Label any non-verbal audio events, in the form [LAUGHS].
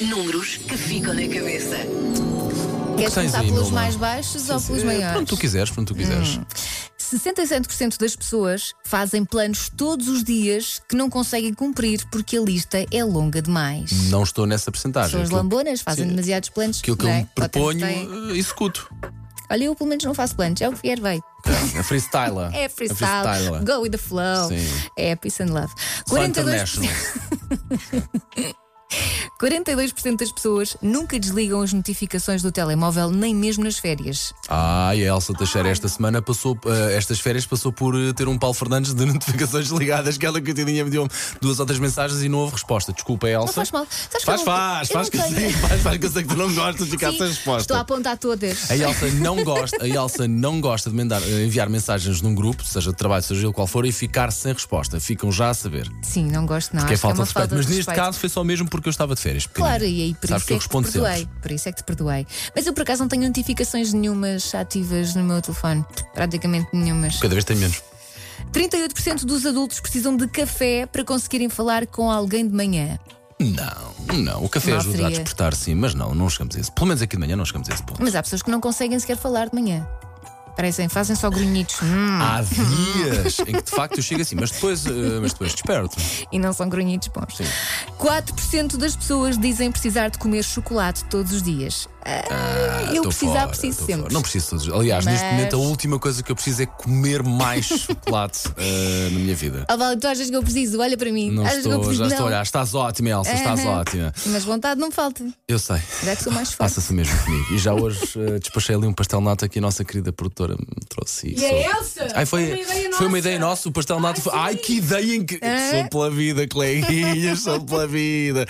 Números que ficam na cabeça. Queres que tens começar aí, pelos Nuno? mais baixos ou pelos maiores? Eh, É, Hum. Pronto, tu quiseres, pronto, tu quiseres. 67% das pessoas fazem planos todos os dias que não conseguem cumprir porque a lista é longa demais. Não estou nessa percentagem. São as Aquilo- lambonas, fazem Sim. demasiados planos. Aquilo que não eu é? me Só temos proponho, bem- eh, executo. Olha, eu pelo menos não faço planos, é o que vier, vai. É freestyler. É freestyle, go with the flow, Sim. é peace and love. Só 42%, [LAUGHS] international. 42% das pessoas nunca desligam as notificações do telemóvel, nem mesmo nas férias. Ah, e a Elsa Teixeira esta semana passou, eh, estas férias passou por eh, ter um Paulo Fernandes de [LAUGHS] notificações ligadas, que ela que tinha me deu duas ou três mensagens e não houve resposta. Desculpa, Elsa. Não faz mal. Sabes que Faz, eu não- faz, eu faz não que tenho. sim, faz, faz que eu sei que tu não gostas de ficar Sim, sem resposta. Estou a apontar todas. A Elsa não gosta, a Elsa não gosta de mandar- eh, enviar mensagens num grupo, seja de trabalho, seja ele qual for, e ficar sem resposta. Ficam já a saber. Sim, não gosto, não. que Acho que é é falta uma de respeito. Mas neste respeito. caso foi só mesmo porque eu estava de férias. pequenino. Claro, e aí por isso Sabes que eu é que te respondo perdoei. sempre. Por isso é que te perdoei. Mas eu por acaso não tenho notificações nenhumas ativas no meu telefone. Praticamente nenhumas. Cada vez tem menos. 38% dos adultos precisam de café para conseguirem falar com alguém de manhã. Não, não. O café Mal ajuda a seria. despertar, sim, mas não, não chegamos a esse. Pelo menos aqui de manhã não chegamos a esse ponto. Mas há pessoas que não conseguem sequer falar de manhã. Parecem, fazem só grunhidos Hum, [LAUGHS] Há dias em que de facto eu chego assim, mas depois, eh, mas depois desperto. e não são grunhidos bons. Sim. 4% das pessoas dizem precisar de comer chocolate todos os dias. Ah, eu Tô precisar, fora, preciso tô sempre. fora. Não preciso todos. Aliás, neste Mas- momento a última coisa que eu preciso é [LAUGHS] comer mais chocolate eh, na minha vida. Ah, Val, tu achas que eu preciso? Olha para mim. Não achas que eu estou, preciso? já estou a Não. olhar. Estás ótima, Elsa, estás Aham. ótima. Mas vontade não falta. Eu sei. Já que sou mais forte. Faça-se o mesmo comigo. E já hoje eh, despachei ali um pastel nata que a nossa querida produtora me trouxe. E a Elsa? Ai, foi, Foi uma ideia foi uma nossa. ideia nossa. O pastel nata foi. Ai, que ideia incrível! Sou pela vida, coleguinhas, sou pela vida.